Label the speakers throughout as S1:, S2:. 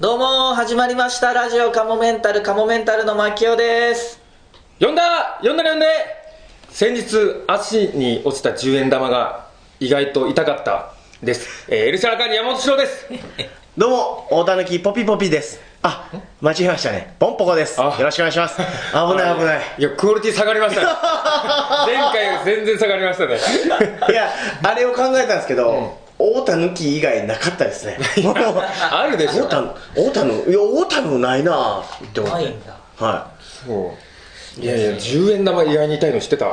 S1: どうも始まりましたラジオカモメンタルカモメンタルの牧雄です
S2: 呼んだ呼んだら呼んで先日足に落ちた10円玉が意外と痛かったです、えー、エルシャラカーニ山本志郎です
S3: どうも、大たぬきポピポピです。あ、間違えましたね。ポンポコです。よ
S2: あ
S3: ろしくお願いします。危ない危ない。
S2: いやクオリティ下がりま したね前回より全然下がりましたね
S3: いや、あれを考えたんですけど、大たぬき以外なかったですね。もう
S2: あるでしょ
S3: 大田ぬ、大田ぬ、いや、大田ぬないなぁって思っ
S1: な
S3: て。
S1: いんだ
S3: は
S2: そういやいや10円玉意外に痛いの知ってた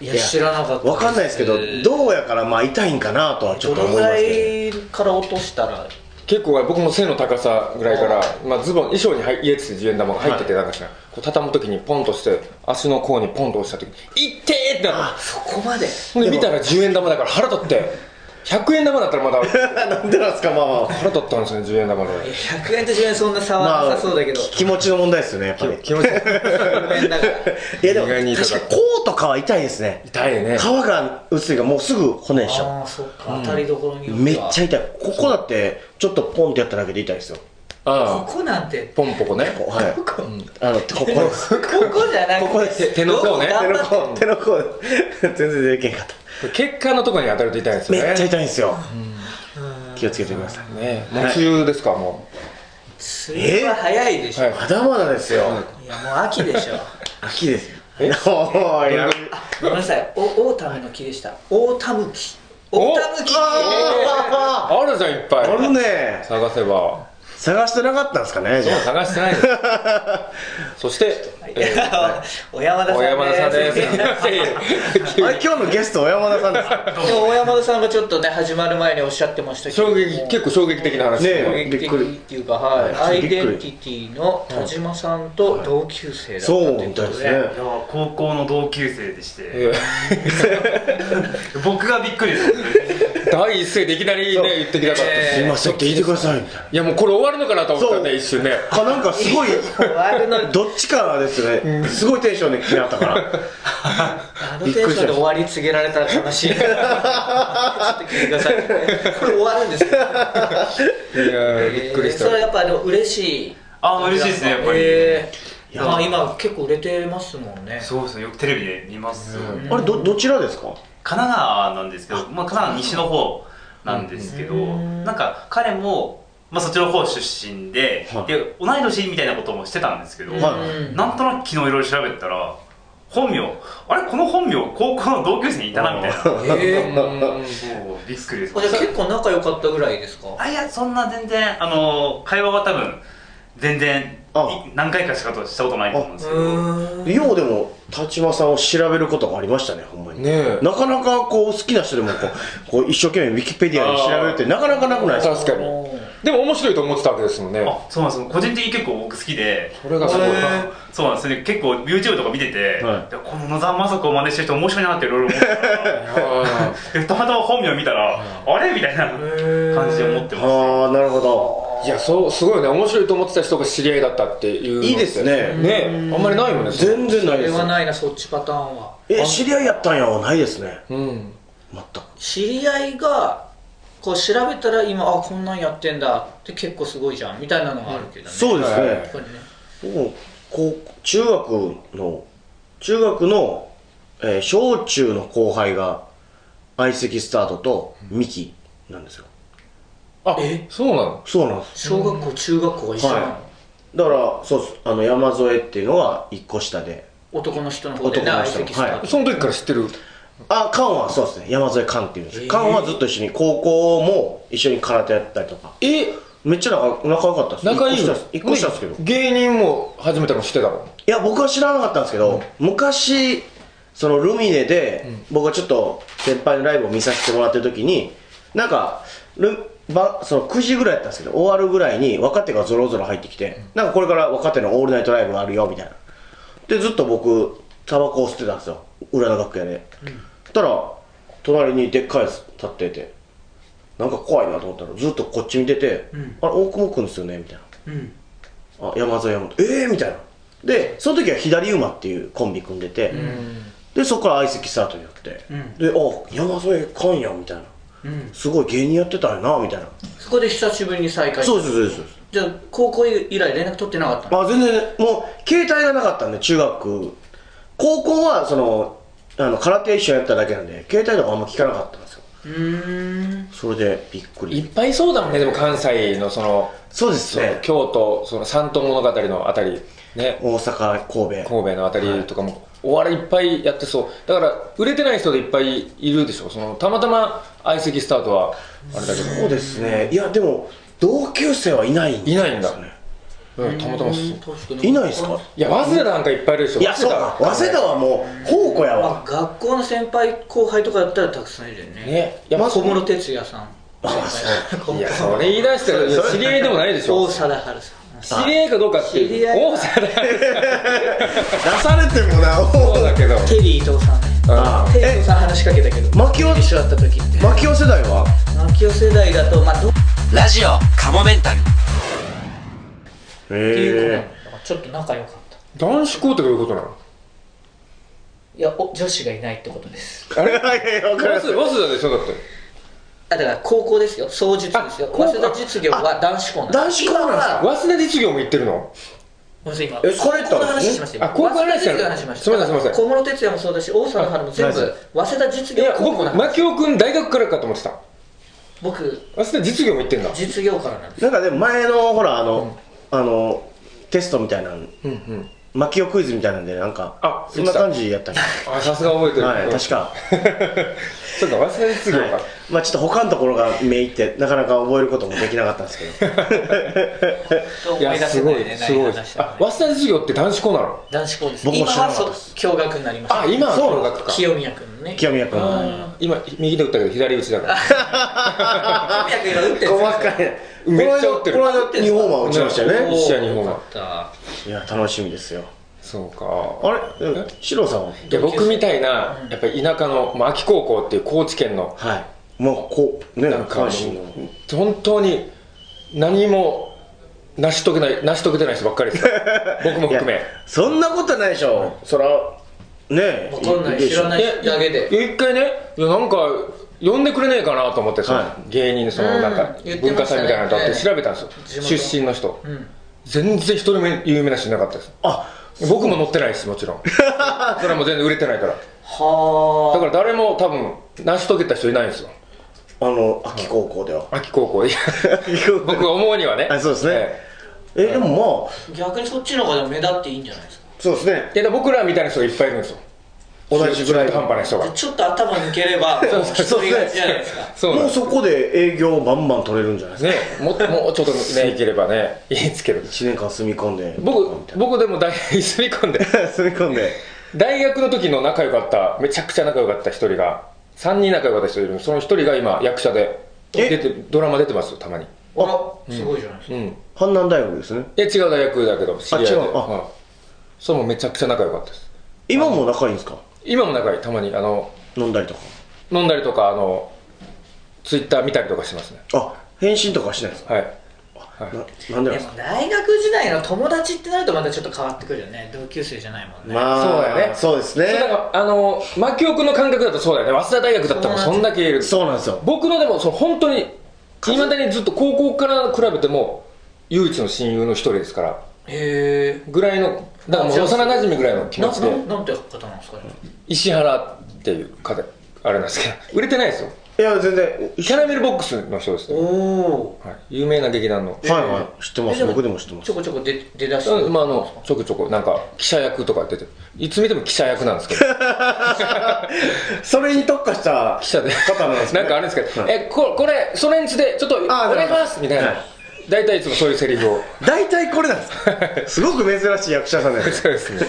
S1: い
S3: い。
S1: や知らなかった
S3: わかんないですけど、どうやからまあ痛いんかなとはち
S1: ど
S3: ょっと
S1: の
S3: 思
S1: ぐ
S3: いま
S1: ら
S3: すけ
S1: いから落としたら
S2: 結構僕も背の高さぐらいから、まあ、ズボン衣装に入家てて10円玉が入っててなんかしら、こう畳む時にポンとして足の甲にポンと落ちた時に「いってー!」ってなった
S1: そこまで
S2: ほんで見たら10円玉だから腹立って100円玉だったらま だ
S3: ど。なんでなんですか、まあまあ。
S2: 腹立ったんですね10円玉で
S1: 100円と10円そんな差はな
S3: ま
S1: さそうだけど、
S3: き気持ちの問題ですよね、やっぱり。
S2: 気持ち
S1: 100円だから
S3: いや、でも、
S2: 意外に痛
S3: 確
S2: か
S3: か
S2: っ
S3: に
S2: た
S3: こうとかは痛いですね。
S2: 痛いね
S3: 皮が薄いがもうすぐ骨でしょ
S1: ああそっか、当たりどころによっては
S3: めっちゃ痛いここだってちょっとポンってやっただけで痛いですよ
S2: あ
S1: ここなんて
S2: ポンポコね
S3: こうはい
S1: ここ
S3: あのここです
S1: ここじゃなくて
S3: ここです
S2: 手の甲ね
S1: どこ
S3: 手
S1: 頑
S3: の
S1: 張って
S3: 甲手の甲全然できへんかった
S2: 血管のところに当たると痛いんですよね
S3: めっちゃ痛いんですよ気をつけてください
S2: ねもう梅雨ですか、も
S1: それは早いでしょ、
S2: はい
S3: まだまだです
S1: い、
S3: よ
S1: やもう秋で しょ
S3: 秋ですよ
S2: え
S3: おーいやめ
S2: う
S1: ごめんなさいおオータムの木でしたオータム木オータム木
S3: あ
S2: あるじゃんいっぱ
S3: ーある
S2: い
S3: ね
S2: 探せば
S3: 探してなかったんですかねじゃ
S2: 探して ないですそして、えー
S1: 小山田さんです
S2: 小山田さん です
S3: ああれ今日のゲスト小山田さんですか
S1: でも小山田さんがちょっとね始まる前におっしゃってましたけど
S2: 衝撃結構衝撃的な話です
S1: 衝
S2: ね
S3: ね
S1: 撃
S3: び
S1: 的
S3: っくり
S1: っていうか、はい、ア
S3: はい
S1: イ
S3: びっくり
S1: デンティティの田島さんと同級生だった
S3: そう
S1: という
S3: み
S1: こ
S3: たいで
S1: と
S3: す
S1: で、
S3: ね
S4: いや高校の同級生でして
S2: え
S4: 僕がびっくりです
S2: ー第一声でいきなりね言ってきたから
S1: えー
S3: すいません聞いてくださいみたい
S2: いやもうこれ終わるのかなと思ったね
S3: そう
S2: 一瞬ね
S3: なあなんかすごい
S1: 終わるのに
S3: どっちかですねすごいテンションで気になったから
S1: あのテンションで終わり告げられたら悲 しいちょっと聞いてくださいねこれ終わるんですよ
S2: いやーびっくりし
S1: そ
S2: た
S1: れはやっぱり嬉しい
S4: あ嬉しいですねやっぱり
S1: えーまあ今結構売れてますもんね
S4: そうですねよくテレビで見ます、
S2: うん
S3: あれどどちらですか
S4: 神奈川なんですけど、まあ、神奈川西の方なんですけど、
S1: うん
S4: なんか彼も、まあ、そっちの方出身で,、
S3: はい
S4: で同い年みたいなこともしてたんですけど、
S3: はい
S1: うん
S4: なんとなく昨日いろいろ調べたら本名あれこの本名高校の同級生にいたなみたいなそう
S1: え
S2: うん
S4: びっくりです
S1: ー、じゃあ結構仲良かったぐらいですか
S4: あいやそんな全然あの会話は多分全然
S3: あ
S4: い何回かしかとしたことないと思うんですけど
S1: ーん
S3: ようでも田島さんを調べることがありましたねほんまに
S2: ねえ
S3: なかなかこう好きな人でもこうこう一生懸命ウィキペディアで調べるってなかなかなくないですか
S2: 確かにでも面白いと思ってたわけですもんね
S4: あそうなんですよ個人的に結構僕好きで
S2: それがすごい
S1: へ
S2: な
S1: ー
S4: そうなんですよね結構 YouTube とか見てて、
S3: はい
S4: いやこの野沢雅子を真似してる人面白いなっていろいろ思って
S2: あ
S4: でたまたま本名見たら、あれみたいな感じで思ってます、
S3: ああなるほど
S2: ーいやそうすごいよね面白いと思ってた人が知り合いだったっていうのって
S3: いいですね
S2: ねあんまりないもんね
S3: 全然な
S1: そ
S3: いで
S1: れ
S3: す
S1: はないなそっちパターンは
S3: え知り合いやったんやはないですね
S2: うん
S3: 全く
S1: 知り合いがこう調べたら今あこんなんやってんだって結構すごいじゃんみたいなのがあるけどね、
S3: そうです
S2: は
S3: ね
S2: い
S1: やっぱりね
S3: 僕もこう中学の中学の、えー小中の後輩が相席スタートとミキなんですよ
S2: あ
S1: え
S2: そうなの
S3: そうなんです
S1: 小学校中学校が一緒なの、
S3: はだからそうっすあの山添っていうのは一個下で
S1: 男の人の方でね
S3: 男の
S1: 相
S3: 人の
S1: 席した、
S3: は
S2: その時から知ってる
S3: あカンはそうですね山添カンっていうんです
S1: へ
S3: よ
S1: ー
S3: カンはずっと一緒に高校も一緒に空手やったりとか
S2: え
S3: めっちゃ仲仲良かったです
S2: 仲いい
S3: 一個
S2: の
S3: 下です一個下ですけど
S2: ね芸人も初めての知ってたの
S3: いや僕は知らなかったんですけど、昔そのルミネで、僕はちょっと先輩のライブを見させてもらってる時になんかルばその9時ぐらいやったんですけど終わるぐらいに若手がぞろぞろ入ってきて、なんかこれから若手のオールナイトライブがあるよみたいなでずっと僕タバコを吸ってたんですよ裏の楽屋で、そしたら隣にでっかいやつ立っててなんか怖いなと思ったらずっとこっち見てて「あれ大久保君ですよね」みたいな
S1: うん
S3: あ山添山本ええー、みたいなでその時は左馬っていうコンビ組んでて、でそこから相席スタートになって、
S1: ん
S3: であ山添かんやみたいな
S1: うん
S3: すごい芸人やってたよなみたいな
S1: そこで久しぶりに再会
S3: そううそうそうそう
S1: じゃあ高校以来連絡取ってなかったの
S3: あ全然もう携帯がなかったんで中学高校はそのあの空手一緒にやっただけなんで携帯とかあんま聞かなかったんですよ
S1: うーん
S3: それでびっく
S2: いっ
S3: り
S2: ぱいそうだもんねでも関西のその
S3: そうです
S2: その
S3: ね
S2: 京都その三島物語のあたりね
S3: 大阪
S2: 神
S3: 神戸
S2: 戸のあたりとかも、お笑いいっぱいやってそうだから売れてない人でいっぱいいるでしょそのたまたま相席スタートはあれだけど
S3: そうですねいやでも同級生はいないんですよね
S2: いないんだうんたまたまっす
S1: うーん確かに
S3: いないですか
S2: いや早稲田なんかいっぱいいるでしょ
S3: いやそうか早稲田はもう宝庫やわ
S1: あ学校の先輩後輩とかだったらたくさんいるよね
S2: ねいや
S1: やっぱ
S2: そ
S1: 小
S2: う
S1: 室哲哉さんそう
S2: いやそれ言い出したらいや知り合いでもないでしょ
S1: 大貞治さん
S2: 知り合いかどうかって
S1: 知り合い
S2: 大阪だ
S3: 出されてもな
S2: そうだけど
S1: テリー伊藤さんね
S2: あ
S1: テリー伊藤さん話しかけたけど
S3: マキオ
S1: 一緒だった時って
S3: マキオ世代は
S1: マキオ世代だとまあどって
S5: ラジオカモメンタル
S1: いう子なの
S3: へ
S1: だからちょっと仲良かった
S2: 男子校ってどういうことなの
S1: いやお女子がいないってことです
S3: えいやいやわかり
S2: 早
S3: ま
S2: 稲
S3: す
S2: 早稲田でしょだって
S1: あだから高校ですよ総術ですよ
S2: あ高
S1: 早
S2: 校
S1: 稲田実業は男子校なん
S3: 男子校なんですか
S2: 早稲田実業も行ってるの
S1: ごめんなさい今
S3: えそれと
S1: 高校の話しましたよ
S2: あ高校の話した
S1: 早稲田実業
S2: の
S1: の話しました
S2: すいませんすいません
S1: 小室哲哉もそうだし大沢の春も全
S3: あ
S1: 部早稲田実
S2: い
S1: 業
S2: や
S1: 高
S2: 僕
S1: 校なんです
S2: 牧雄君大学からかと思ってた
S1: 僕
S2: 早稲田実業も行ってんだ
S1: 実業からなんです
S3: なんかでも前のほらあの、あのテストみたいな
S2: うんうん
S3: マキオクイズみたいなんでなんか
S2: あ
S3: そんな感じやったっけ
S2: あさすが覚えてる
S3: はい確か
S2: そうか早稲田実業か、
S3: はいまあちょっと他のところが目いってなかなか覚えることもできなかったんですけど
S2: いや、すごい、すごい。あ、
S1: あ
S2: 早稲田実業って男子校なの
S1: 男子校です
S3: 僕も
S1: 今
S3: 知ら
S1: は
S3: なかっ
S1: そ
S3: た
S1: う
S3: です
S1: 共学になりました
S2: あ、今は
S3: そう
S2: 共学か。
S1: 清宮君のね
S3: 清宮君
S2: あー今、右で打ったけど、左打ちだから。
S1: 清宮君今打ってるんですよ
S3: かい
S2: めっちゃ打ってる
S3: この間日本は打ちましたよ
S2: うん
S3: ね
S2: 一試合日本は
S1: よかっ
S3: いや楽しみですよ
S2: そうか。
S3: あれうん
S2: え
S3: 四郎さんはい
S2: や、僕みたいな、やっぱり田舎の、まあ、秋高校っていう高知県の、
S3: はいもうこうね
S2: なんか
S3: 阪神の
S2: 本当に何も成し遂げない、成し遂げてない人ばっかりですから僕も含め
S3: いや。そんなことないでしょそらねえ
S1: わかんない
S3: でし
S1: 知
S3: ょ
S1: らない
S2: いや
S1: だけで
S2: いや一回ね、いや、なんか、呼んでくれねえかなと思って、その
S3: は
S2: 芸人のその、なんか
S1: うん言っ、て
S2: 文
S1: ま
S2: 化
S1: したね
S2: 祭みたいなのとあって調べたんです
S1: 地
S2: よ。
S1: 元
S2: 出身の人。
S1: たうん
S2: 全然一人目有名な人いなかったです。
S3: あ
S2: 僕も乗ってないですもち ろんそれはもう全然売れてないからだ
S1: は
S2: から誰も多分成し遂げた人いないんですよ
S3: あの秋高校では
S2: 秋高校で僕が思うにはね
S3: あそうですね
S2: え
S3: えでもまあ
S1: あ逆にそっちの方がでも目立っていいんじゃないですか
S3: そうですね
S2: えで僕らみたいな人がいっぱいいるんですよ
S3: 同じぐらい
S2: 中途半端な人
S1: じゃあ
S2: が
S1: ちょっと頭抜けれ ばもう一人勝ちじゃないですか
S2: そうなん
S3: もう
S2: です
S3: そこで営業バンバン取れるんじゃないですか
S2: ねももうちょっとねいければねいいですけど
S3: 1年間住み込んでみた
S2: 僕
S3: いな
S2: 僕でも大住み込んで
S3: 住み込んで
S2: 大学の時の仲良かっためちゃくちゃ仲良かった一人が3人仲良かった人いるその一人が今役者で
S3: え
S2: 出てドラマ出てますよたまに
S1: あらすごいじゃないですか
S2: うん
S3: 阪南大学ですね
S2: え違う大学だけど知り合いで
S3: 違うあ
S2: うんそれもめちゃくちゃ仲良かったです
S3: 今も仲いいんですか
S2: 今も仲良いたまにあの
S3: 飲んだりとか
S2: 飲んだりとかあのツイッター見たりとかしてますね
S3: あ返信とかはしないんですか
S2: はい
S3: ななんでなん
S1: で
S3: です
S1: も
S3: か
S1: 大学時代の友達ってなるとまたちょっと変わってくるよね同級生じゃないもんね
S3: ま
S2: そうだよね
S3: そうです
S2: それなん
S3: ね
S2: かあの牧雄君の感覚だとそうだよね早稲田大学だったらもうそんだけいる
S3: そうなんですよ
S2: 僕のでもその本当にいまだにずっと高校から比べても唯一の親友の一人ですから
S1: へえ
S2: ぐらいのだからもう幼なじみぐらいの気持
S1: な
S2: ち
S1: な
S2: で
S1: なんて方なんですかね
S2: 石原っていう方あれなんですけど売れてないですよ
S3: いや全然
S2: キャラメルボックスの人です
S1: お
S2: ね、
S1: お
S2: はい、有名な劇団の
S3: はいはい知ってます僕でも知ってま
S1: ち
S3: す
S1: ょこちょこ出出だして
S2: うんまあ、あのちょくちょくなんか記者役とか出てるいつ見ても記者役なんですけ ど
S3: それに特化した
S2: 記者で
S3: 方なんですね
S2: なんかあれですけど「
S3: はい
S2: えここれそれにつでちょっとお
S3: あー
S2: 願いします」
S3: な
S2: み
S3: るほ
S2: た
S3: ど
S2: い
S3: は
S2: ない大体いつもそういうセリフを
S3: 大体これなんですかすごく珍しい役者さんです
S2: そうですね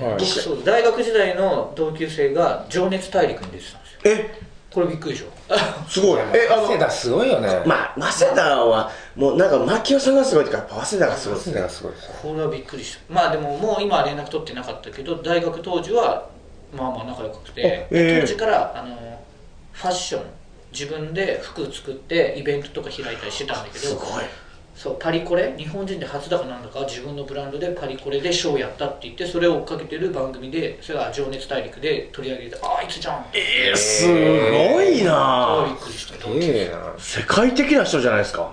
S2: はい
S1: 僕そう大学時代の同級生が「情熱大陸」に出てたんですよ
S3: え
S1: これびっくりでしょあ
S3: すごいえあ
S2: 早稲
S3: の
S2: 田すごいよね
S3: まあ早稲田はもうなんか牧雄さんがすごいっていうかやっぱ早稲田がすごいで
S2: 早
S3: す
S2: 稲
S3: ね
S2: 田がすごいです
S1: これはびっくりしたまあでももう今は連絡取ってなかったけど大学当時はまあまあ仲良くて、
S3: あええ
S1: 当時からあのファッション自分で服作ってイベントとか開いたりしてたんだけど
S3: すごい
S1: そうパリコレ日本人で初だかなんだか自分のブランドでパリコレでショーやったって言ってそれを追っかけてる番組でそれが「情熱大陸」で取り上げてああいつじゃんえ
S3: えすごい
S1: ああび
S3: な
S1: っくりした
S2: すげえな
S3: 世界的な人じゃないですか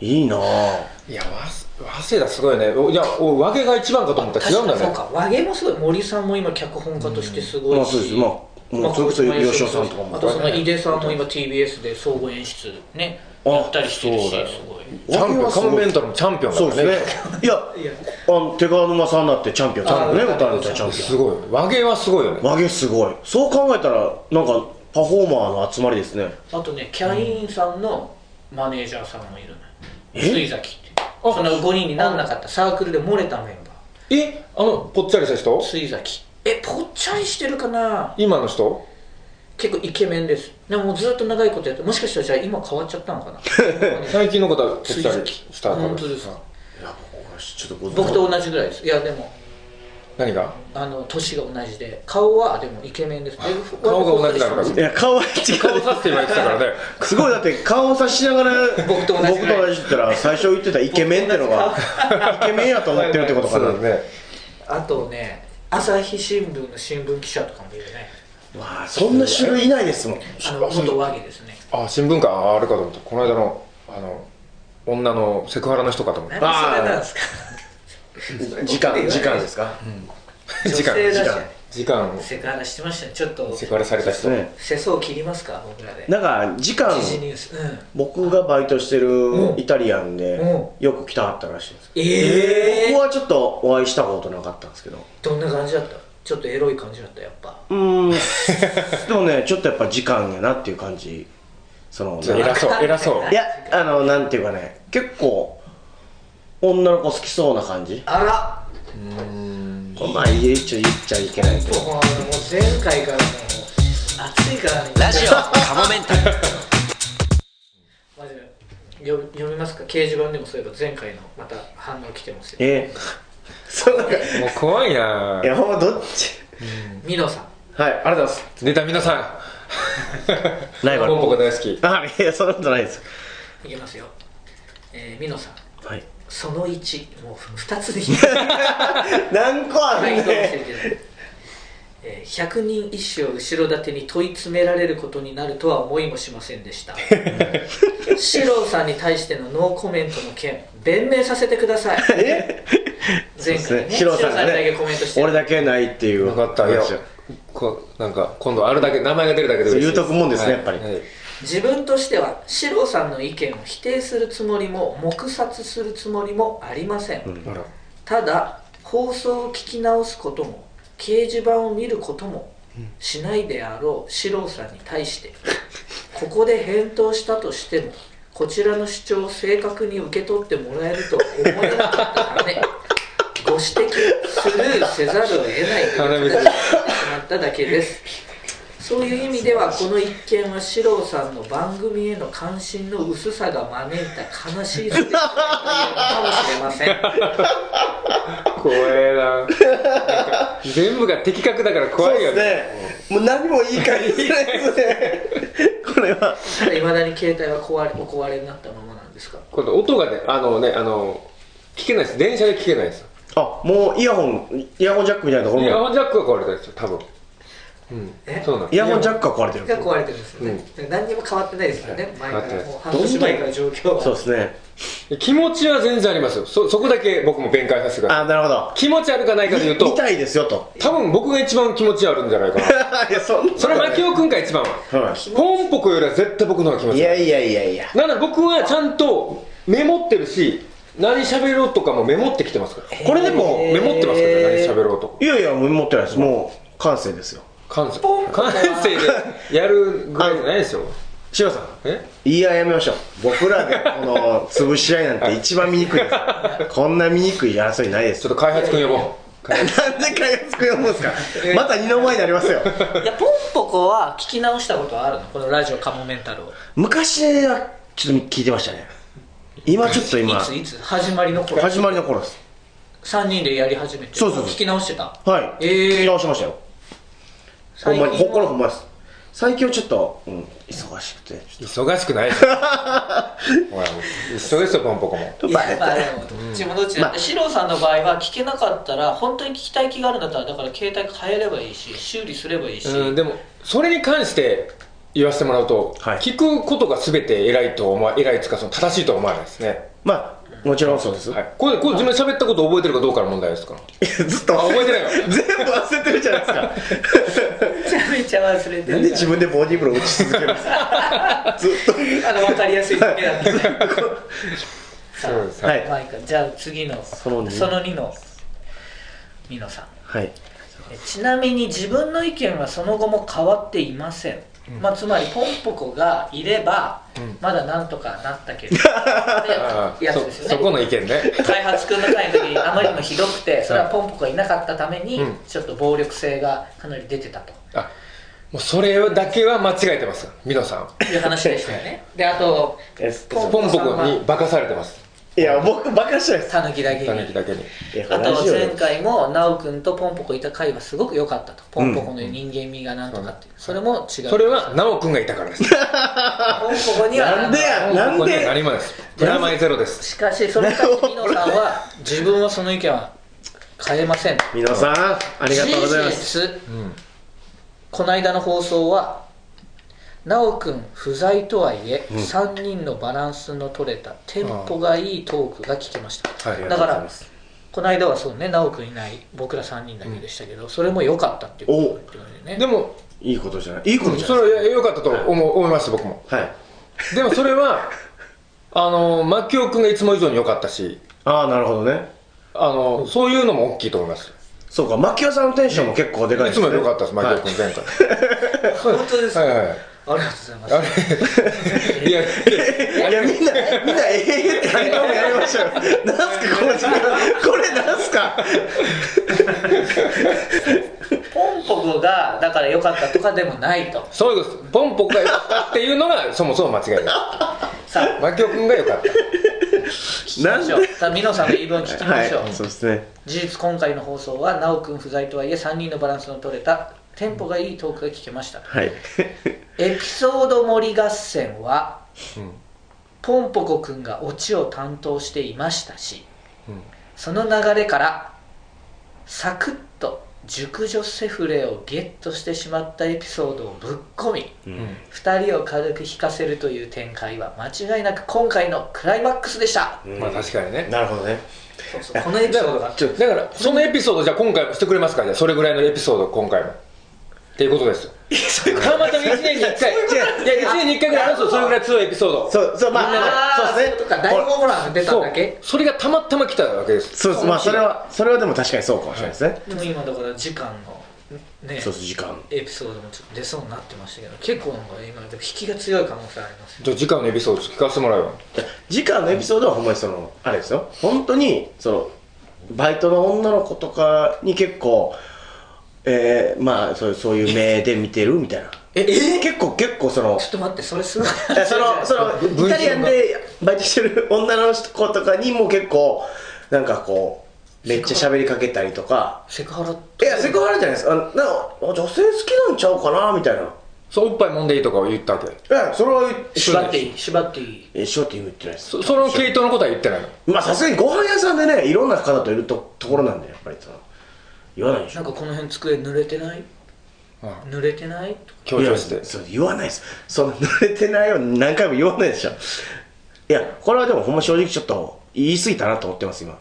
S3: いいなぁ
S2: いやわ早稲田すごいねおいやお和毛が一番かと思ったら違うんだ
S1: そう
S2: ね
S1: か和芸もすごい森さんも今脚本家としてすご
S3: ま
S1: い
S3: あそうで
S1: し、
S3: すまあもうそれこそ
S1: まあ
S3: 吉尾さんとかも
S1: あとその井出さんも今 TBS で総合演出ね
S3: あ
S1: やったりしてるし
S2: そう
S1: す
S2: だよ
S1: ごい
S2: チャンピオンカモメンタルのチャンピオンだ
S3: そう
S2: か
S3: です
S2: ら
S3: ね
S2: ね
S3: いやあの手川沼さんだってチャンピオンチャンピオンね
S1: あ
S3: 歌のチャンピ
S2: すごい和毛はすごいよね
S3: オン和毛すごいそう考えたらなんかパフォーマーの集まりですね
S1: あとねキャインさんのマネージャーさんもいるのよ
S3: え
S1: 水崎ってその5人になんなかったサークルで漏れたメンバ
S2: えあのぽっちゃりした人
S1: ー水崎えぽっちゃりしてるかな
S2: 今の人
S1: 結構イケメンですでももうずっと長いことやってもしかしたらじゃあ今変わっちゃった のかな
S2: 最近のことはぽっち
S1: 水
S2: ゃり
S1: 崎
S2: したから
S1: 本当ですか
S3: ちょっと
S1: 僕と同じぐらいですいやでも
S2: 何が
S1: あの年が同じで顔はでもイケメンですだいぶ
S2: 顔が同じだから
S1: 僕
S3: いや顔は違
S2: 顔
S3: う
S2: させて言われてたからね
S3: すごいだって顔をさしながら
S1: 僕と同じぐ
S3: 僕
S1: らい
S3: と同じって言ったら最初言ってたイケメンっての がイケメンやと思ってるってことかな
S2: そうだね
S1: あとね朝日新聞の新聞記者とかもいるね
S3: わあそんな種類いないですもん
S1: あの元和芸ですね
S2: あ新聞館ああるかと思ったこの間のあの女のセクハラの人かと思った
S1: 何
S3: あー
S1: それなんですか
S3: 時間時間ですか
S1: 女
S2: 時間
S1: 性だし
S3: 時間
S2: 時間
S1: セクハラしてましたねちょっと
S2: セクハラされた人、
S3: ね
S1: 世相切りますか僕らで
S3: なんか時間
S1: 時事ニュースうん
S3: 僕がバイトしてるイタリアンで
S1: う
S3: よく来たかったらしいんです
S1: ええ
S3: 僕はちょっとお会いしたことなかったんですけど
S1: どんな感じだったちょっとエロい感じだったやっぱ
S3: う ーんでもねちょっとやっぱ時間やなっていう感じその
S2: ちょ偉そう偉そう
S3: いやあのなんていうかね結構女の子好きそうな感じ
S1: あら
S3: まあ言っちゃ言っちゃいけないけど
S1: もう前回からもう暑いからね
S5: ラジオカモメンタル
S1: マジでよ読みますか掲示板でもそういえば前回のまた反応来てますよ
S3: ええそうなんか
S2: もう怖いない
S3: やほんまどっち
S1: ミノさん
S3: はいありがとうございます
S2: 出た皆さん
S3: ライバル
S2: ポンポコ大好き
S3: あいやそんなことないです
S1: いきますよ、えー、ミノさん
S3: はい
S1: その1もう2つでいい は
S3: 何個あ
S1: い
S3: る
S1: どうも失
S3: ね
S1: 礼いたしますえー100人一首を後ろ盾に問い詰められることになるとは思いもしません でした四郎さんに対してのノーコメントの件弁明させてください前
S3: そう
S1: 回ね
S3: ですねシロさんが
S1: シロだけ
S3: ね
S1: コメントしてる
S3: 俺だけないっていう
S2: よかったいやこなんか今度あるだけ名前が出るだけで嬉しい
S3: そう言うとくもんですね
S2: はい
S3: やっぱり
S2: はい
S1: 自分としては四郎さんの意見を否定するつもりも黙殺するつもりもありません、
S3: ん
S2: あら
S1: ただ放送を聞き直すことも掲示板を見ることもしないであろう四郎さんに対してここで返答したとしてもこちらの主張を正確に受け取ってもらえるとは思えなかったためご指摘をスルーせざるを得ないという形になってしまっただけですそういう意味ではこの一件は四郎さんの番組への関心の薄さが招いた悲しい姿かもしれません
S2: 怖え ななんか全部が的確だから怖いよね
S3: もう何もいい感じですねこれはい
S1: まだに携帯は壊れお壊れになったままなんですか
S2: 今度音がねあのねあの聞けないです電車で聞けないです
S3: あもうイヤホンイヤホンジャックみたいなとこ
S2: イ
S3: ろ
S2: ヤ
S3: も
S2: ホンジャックが壊れたんですよ多分うん
S1: え
S2: そうなん
S3: イヤホンジャ
S2: ッ
S3: ックが壊れてる
S1: が壊れてるんですよね、何にも変わってないですよね、前か
S2: 変わって
S1: ら
S2: ない
S1: もう半年前から状況は
S3: そうですね
S2: ク気持ちは全然ありますよそそこだけ僕も弁解させてください
S3: あなるほど
S2: 気持ちあるかないかで言う
S3: み
S2: と
S3: たいですよと
S2: 多分僕が一番気持ちあるんじゃないかな
S3: いやそんな
S2: それは槙尾君か一番は
S3: は
S2: ポンポコよりは絶対僕の方が気持
S3: いい
S2: ち
S3: や
S2: 悪い
S3: いやいやいや
S2: なので僕はちゃんとメモってるし何喋ろうとかもメモってきてますからこれでもメモってますからね何喋ろうとか
S3: いやいやもう持ってないですもう感性ですよ
S2: 感性
S1: ポンポコは
S2: 感性でやるぐらいじゃないですよ
S3: シロさん
S2: え
S3: 言い合いやめましょう僕らでこ の潰し合いなんて一番醜いですこんな醜い争いないです
S2: ちょっと開発君呼ぼう開
S3: なん
S2: 発
S3: で開発く呼ぶんですかまた二の前になります よ
S1: いやポンポコは聞き直したことはあるのこのラジオカモメンタルを
S3: 昔はちょっと聞いてましたね今ちょっと今
S1: いついつ始まりの頃
S3: 始まりの頃です
S1: 3人でやり始めて
S3: そうそうそう
S1: 聞き直してた
S3: はい、
S1: えー
S3: 聞き直しましたよほんまに
S1: 最近
S3: ほ
S1: は
S3: このほんまです最近はちょっと、うん、忙しくて
S2: 忙しくないですよほら忙しいよポンポコも
S1: いやまあでもどっちもどっちだって、
S3: まあ
S1: シロさんの場合は聞けなかったら本当に聞きたい気があるんだったらだから携帯変えればいいし修理すればいいし、
S2: うんでもそれに関して言わせてもらうと、
S3: はい
S2: 聞くことが全て偉いと思わ偉いっつうかその正しいとは思わないですね
S3: まあもちろんそうです、
S2: はい、これこれ自分で喋ったこと覚えてるかどうかの問題ですから
S3: いやずっと
S2: あ覚えてないわ
S3: 全部忘れてるじゃないですか
S1: めちゃめちゃ忘れて
S3: なん
S1: る
S3: で自分でボディーブロー打ち続けるんですかずっ
S1: あの分かりやすいだけだったさ
S2: そうです
S3: とは
S1: あ
S3: い
S1: マイカじゃあ次のその
S3: の二
S1: 2のミノさん
S3: はい
S1: えちなみに自分の意見はその後も変わっていません、まあ、つまりポンポコがいればまだなんとかなったけど、
S2: あ
S1: ってや
S2: あ
S1: つ
S2: そ
S1: ですよね
S2: そこの意見ね
S1: 開発君の会の時にあまりにもひどくてそれはポンポコがいなかったために
S2: うん
S1: ちょっと暴力性がかなり出てたと
S2: あもうそれだけは間違えてますミノさん
S1: いう話でしたよねであと
S2: ポンポコに化かされてます
S3: いや僕バカしてないです
S1: たぬきだけ
S2: たぬき
S1: に
S2: だけに
S3: いや
S1: あとは
S3: ラジオで
S1: 前回も奈く君とポンポコいた回はすごく良かったとポンポコの人間味がなんとかっていうそれも違う
S2: それはナオ君がいたからです
S1: ポンポコには
S3: なんでやなん
S2: ポンポコには
S3: で
S2: なりまですプラマイゼロで す
S1: しかしそれに対してミノさんは自分はその意見は変えません
S3: 皆さんありがとうございます
S1: 事実
S2: うん
S1: この間の放送は奈くん不在とはいえ、3人のバランスの取れたテンポがいいトークが聞けました
S2: はい
S1: だからこの間はそうね奈くんいない僕ら3人だけでしたけど、それも良かったっていうことってことでね
S2: でも
S3: いいことじゃないいいことじゃ
S2: そ
S3: な
S2: れ
S3: い
S2: は良かったと思う思います僕も
S3: はい
S2: でもそれはあの牧雄君がいつも以上に良かったし
S3: ああなるほどね
S2: あのそういうのも大きいと思います
S3: そうか牧雄さんのテンションも結構でかい
S2: いつもより良かったです、
S3: は
S2: 牧
S3: い
S2: 雄君前回
S1: 本当で
S2: はいはいはい
S1: ありがとうございます
S2: あれいや
S3: いやみんなみんなええって反応もやりましょうよなんすかこの時間これなんすか
S1: ポンポコがだから良かったとかでもないと
S2: そういうことですポンポコが良かったっていうのがそもそも間違いです
S1: さあ
S2: 牧雄君が良かった
S1: 聞きましょう
S3: なん
S1: さあミノさんの言い分聞きましょう、
S3: はいそうですね
S1: 事実今回の放送は奈くん不在とはいえ3人のバランスの取れたテンポがいいトークが聞けました
S3: はい
S1: エピソード盛り合戦は、ポンポコくんがオチを担当していましたし、その流れからサクッと熟女セフレをゲットしてしまったエピソードをぶっ込み、二2人を軽く引かせるという展開は間違いなく今回のクライマックスでした、
S2: まあ確かにね
S3: なるほどね
S1: そうそうこのエピソードが
S2: ちょだからそのエピソードじゃあ今回もしてくれますかじゃあそれぐらいのエピソード今回もっていうことですよたまたま1年に1回いや1年に1回ぐらいあるんですよそれぐらい強いエピソード
S3: そうそうま
S1: み
S3: あ
S1: んな
S3: まあそうです
S1: と
S3: ね
S1: か大ホームラン出た
S2: そ
S1: んだ
S2: う
S1: け
S2: それがたまたま来たわけです
S3: そうですまあそれはそれはでも確かにそうかもしれないですね
S1: でも今だから時間のね
S3: そうです時間
S1: エピソードもちょっと出そうになってましたけど結構なんか今引きが強い可能性ありますよ
S2: じゃあ次回のエピソード聞かせてもらうよ
S3: 時間のエピソードはほんまにそのあれですよ本当にそのバイトの女の子とかに結構えー、まあそういうそういう目で見てるみたいなえ結構結構そ の
S1: ちょっと待ってそれすごい
S3: えそのその
S2: 文章
S3: イ
S2: が
S3: タリアンでバイトしてる女の子とかにも結構なんかこうめっちゃ喋りかけたりとか
S1: セクハラ
S3: いやセクハラじゃないですあのなんかあ女性好きなんちゃうかなみたいな
S2: そうおっぱい揉んでいいとかを言ったわけ
S3: いやそれは
S1: 縛っていい縛っていい
S3: えしようって言ってないです
S2: そその系統のことは言ってないの
S3: まあさすがにご飯屋さんでねいろんな方といるとところなんでやっぱりその言わないでし
S1: な
S3: ょ
S1: んかこの辺机濡れてない濡れてないとか
S2: 強調して
S3: いやそう言わないですその濡れてないように何回も言わないでしょいやこれはでもほんま正直ちょっと言い過ぎたなと思ってます今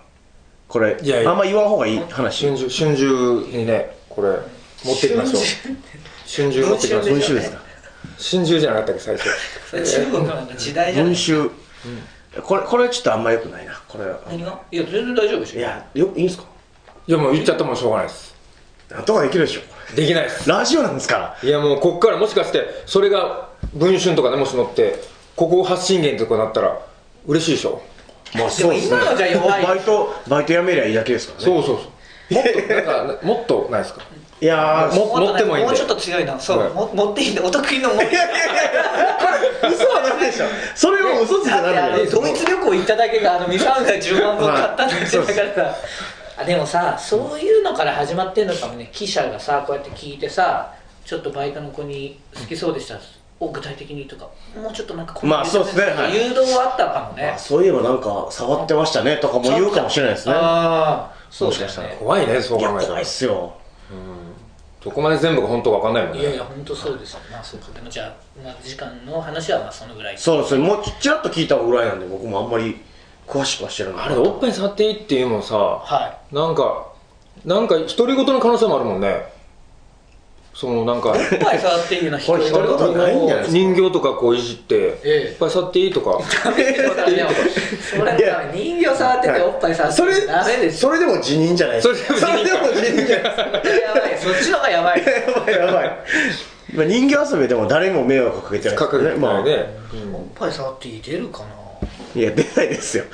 S3: これ
S2: いやいや
S3: あんま言わん方がいい話
S2: 春秋春秋にねこれ持ってきましょう春秋持ってきましょう
S3: 文集ですか
S2: 春秋じゃなかったっけ最初
S1: それ中国なんか時代じゃな
S3: 文
S1: い
S3: 集これこれはちょっとあんま良くないなこれは
S1: 何がいや全然大丈夫でし
S3: い
S1: ょ
S3: やよいいんすか
S2: いやもう言っちゃってもしょうがないです
S3: なんとかできるでしょ
S2: できないです
S3: ラジオなんですから
S2: いやもうこっからもしかしてそれが文春とかでもし載ってここを発信源とかなったら嬉しいでしょ
S3: まあ
S1: でも今のじゃ弱い
S3: バイトバイトやめりゃいいだけですからね
S2: そうそうそうもっとなんかもっとないですか
S3: いやー
S2: もう持ってもいいんで
S1: うちょっと強いなそう、
S2: はい
S1: も持っていいんでお得意の持っていい
S3: 嘘はダメでしょそれは嘘ついて
S1: だっ
S3: ダメ
S1: て
S3: だ
S1: あ
S3: よ
S1: のドイツ旅行行っただけがあのミサンが10万本買ったんだって
S3: はい
S1: だからさあでもさそういうのから始まってんのかもね記者がさこうやって聞いてさちょっとバイトの子に好きそうでしたを具体的にとかもうちょっとなんかこ
S3: まあそうっすねはい
S1: 誘導はあったかもね、
S3: あそういえばなんか触ってましたねとかも言うかもしれないですね
S1: ああそう
S3: もし
S1: だ
S3: かした
S1: よ
S3: ら
S1: ね
S2: 怖いねそう
S3: い
S2: 考
S3: や
S2: えた
S3: 怖い
S2: ら
S3: っすよ
S2: どこまで全部が本当か分かんないもん
S1: いやい
S2: ね
S1: や本当そうですよ、まあそうかでもじゃあ、まあ、時間の話はまあそのぐらい
S3: そうですねもうちらっと聞いたぐらいなんで僕もあんまり詳しくは知らない
S2: あれおっぱい触っていいっていうもんさ
S1: は
S2: なんかなんか独り言の可能性もあるもんねそのなん か
S1: い。おっぱい触っていいのは
S3: これ独り言ないんじゃないですか
S2: 人形とかこういじって「
S1: ええ
S2: いっぱい触っていい?」と か
S1: ダメですよダメよそれ
S3: いや
S1: ダメ人形触ってておっぱい触って
S3: それ
S1: てダメですよ
S3: それでも辞任じゃないですか
S2: それでも
S3: それでも辞任じゃないですか
S1: やばいそっちの方がやばい
S3: やばいやばい まあ人形遊びでも誰にも迷惑をかけてない
S2: かかる
S3: まあ
S2: ないね
S1: おっぱい触っていい出るかない
S3: や出ないですよ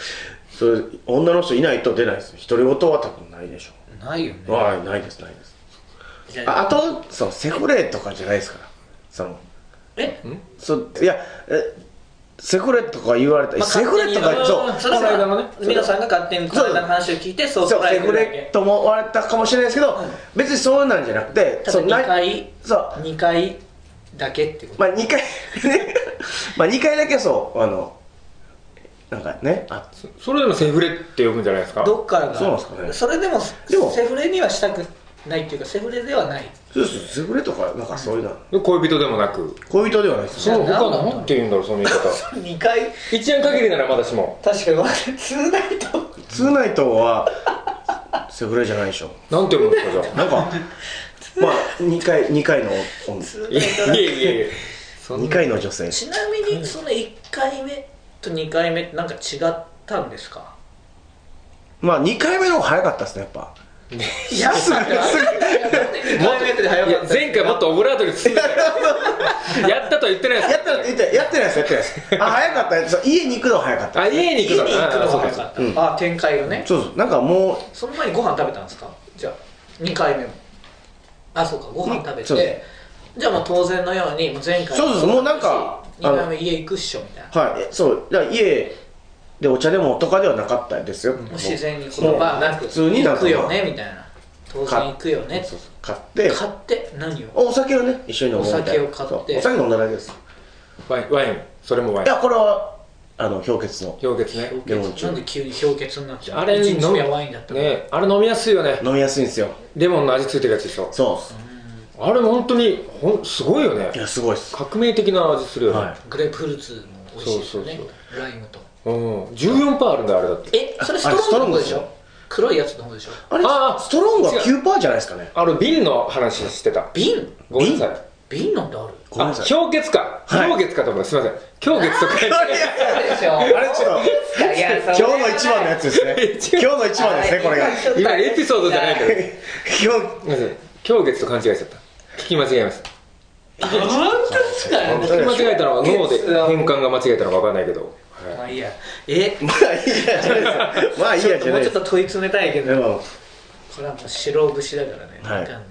S3: それ女の人いないと出ないです独り言は多分ないでしょ
S1: ないよね
S3: うはいないですないです
S1: いや
S3: ああとそのセフレとかじゃないですからその
S1: え
S3: そういやえセフレとか言われた、
S1: まあ
S3: セフレとかそう
S1: それ
S2: この間のね
S1: 皆さんが勝手にこの間の話を聞いてそう
S3: そう
S1: 捉えて
S3: セ
S1: る
S3: フ
S1: だ
S3: レ
S1: け
S3: とも思われたかもしれないですけど、別にそうなんじゃなくて
S1: た
S3: そ
S1: だ
S3: うな
S1: 2回
S3: そう
S1: 2回だけってこと
S3: まあ2回 まあ2回だけそうあのなんかねあ
S2: それでもセフレって呼ぶんじゃないですか
S1: どっからが
S3: そうなんですかね
S1: それでも
S3: でも
S1: セフレにはしたくないっていうかセフレではない
S3: そうですセフレとかなんかそういうのは
S2: で恋人でもなく
S3: 恋人ではないです
S2: そ
S3: よ
S2: の他なんて言うんだろうその言い方
S1: 2回
S2: 一夜限りならまだしも
S1: 確かに2ナイト
S3: ツーナイトはセフレじゃないでしょ
S2: なんて読むんですかじゃ
S3: なんかまあ2回二回の女
S2: あいやいやいやそん
S3: 2
S2: な
S3: 回の女性
S1: ちなみにその1回目と2回目ってなんか違ったんですか
S3: まあ2回目の方が早かったですねやっぱ
S1: いやすぐ2回目って
S2: い
S1: 早
S2: や
S1: かった
S2: 前回もっとオブラートに包んでた よやったとは言ってないです
S3: やったらやってやってないですやってないですあ早かったそう家に行くのが早かった
S2: あ家に
S1: 家に
S2: 行
S1: 行
S2: く
S1: くの
S2: の
S1: が
S2: そう
S1: 早
S2: か
S1: かったあ展開がね
S3: そうそうなんかもう
S1: その前にご飯食べたんですかじゃあ2回目もあそうかご飯食べ
S3: そう
S1: てじゃあもう当然のようにもう前回
S3: そうですもうなんか
S1: 2回目家行くっしょみたいな
S3: はいそうだから家でお茶でもとかではなかったですよ
S1: もう自然に言葉なく
S3: 普通に
S1: 行
S3: なんか
S1: くよねみたいな当然行くよね
S3: そうそう買って
S1: 買って何を
S3: お酒をね一緒に飲むみたいな
S1: お酒を買って
S3: そうお酒飲んだだけです
S2: ワインワインそれもワイ
S3: い
S2: ン
S3: やこれはあの氷結の
S2: 氷結ね
S3: レモンチュ
S1: な
S3: ー
S1: ん
S3: ブ
S1: で急に氷結になっちゃう
S2: あれ
S1: 一
S2: 飲
S1: 日
S2: む
S1: 目はワインだったのに
S2: ねあれ飲みやすいよね
S3: 飲みやすいんですよ
S2: レモンの味ついてるやつでしょ
S3: そ
S2: あれも本当にほんすごいよね
S3: ういやすごいっす
S2: 革命的な味するよね、
S3: はい
S1: グレープフルーツも美味しいですよね
S2: そうそ
S1: ライムと
S2: うん14%あるんだよあれだって
S1: えそれストロングの方でし
S3: あれストロングですよ
S1: ょ黒いやつの方でしょ
S3: あれ
S2: あー
S3: ストロングは9%じゃないですかね
S2: あの瓶の話してた
S1: 瓶
S2: ごめんなさい
S1: 瓶なんてある
S3: ごめんな
S2: あ
S3: さい
S2: 氷結か
S3: はい
S2: 氷結かと思ったすみません氷結とか言っ
S3: あ
S2: て
S3: れ
S1: でしょ
S3: あれちょっ
S1: いや
S3: と今日の一番のやつですね今日の一番ですねこれが
S2: 今エピソードじゃないけど
S3: 今日
S2: すみません氷結と勘違いしちゃった聞き間違えました
S1: 本当
S2: 聞き間違えたのは脳で変換が間違えたのか分かんないけど、
S1: ま
S2: は
S1: あいいやえ
S3: まあいいやじゃないですよまあいいやじゃ
S1: も
S3: な
S1: うちょ
S3: いで
S1: っ
S3: す
S1: と問い詰めたいけ
S3: で
S1: ど
S3: も
S1: これはもう白節だからね
S3: はい
S1: わかんな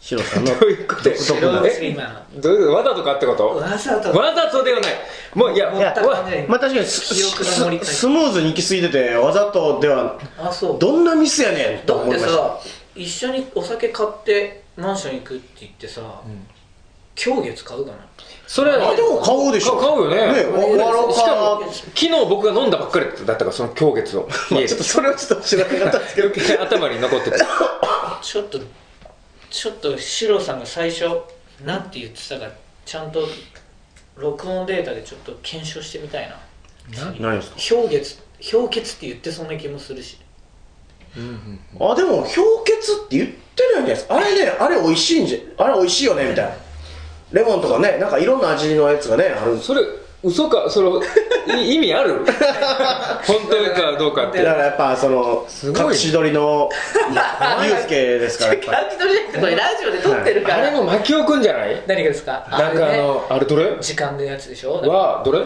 S3: シロさんの
S2: い、どういうこと
S1: 白節
S2: え
S1: 今
S2: どういうことわざとかってこと
S1: わざと
S2: わざとではないもういや
S1: もったい
S2: わ
S1: ない
S3: まあ確かに
S1: 記憶の森
S3: スススムーズに行き過ぎててわざとでは
S1: あそう
S3: どんなミスやねんと
S1: だっ
S3: 思
S1: て
S3: いました
S1: さ一緒にお酒買ってマンション行くって言ってさ今日月買うかな
S2: それは
S3: あでも買うでしょ
S2: か買うよね
S3: ねお終わろう
S2: しか
S3: か
S2: も昨日僕が飲んだばっかりだったからその狂月を家
S3: まあ
S2: で
S3: ちょっとそれはちょっと知らなかったんですけど
S2: 余計 頭に残ってた
S1: ちょっとちょっとシロさんが最初なんて言ってたかちゃんと録音データでちょっと検証してみたいな
S3: 何ですか
S1: 氷結氷結って言ってそうな気もするし
S3: あでも氷結って言ってないんじゃないですかあれねあれ美味しいんじゃあれ美味しいよねみたいなレモンとかねなんかいろんな味のやつがねあるんです
S2: それ嘘かそれい意味ある本当かどうかっ
S3: だ
S2: て
S3: からやっぱその
S2: すごい
S3: 隠し撮り のユースケですからやっぱ
S1: 感じ取りじゃなくてこれラジオで撮ってるか
S2: あ
S1: ら
S2: れも巻き置くんじゃない
S1: 何がですか
S2: なんかあのあれどれ
S1: ね時間のやつでしょ
S2: はどれ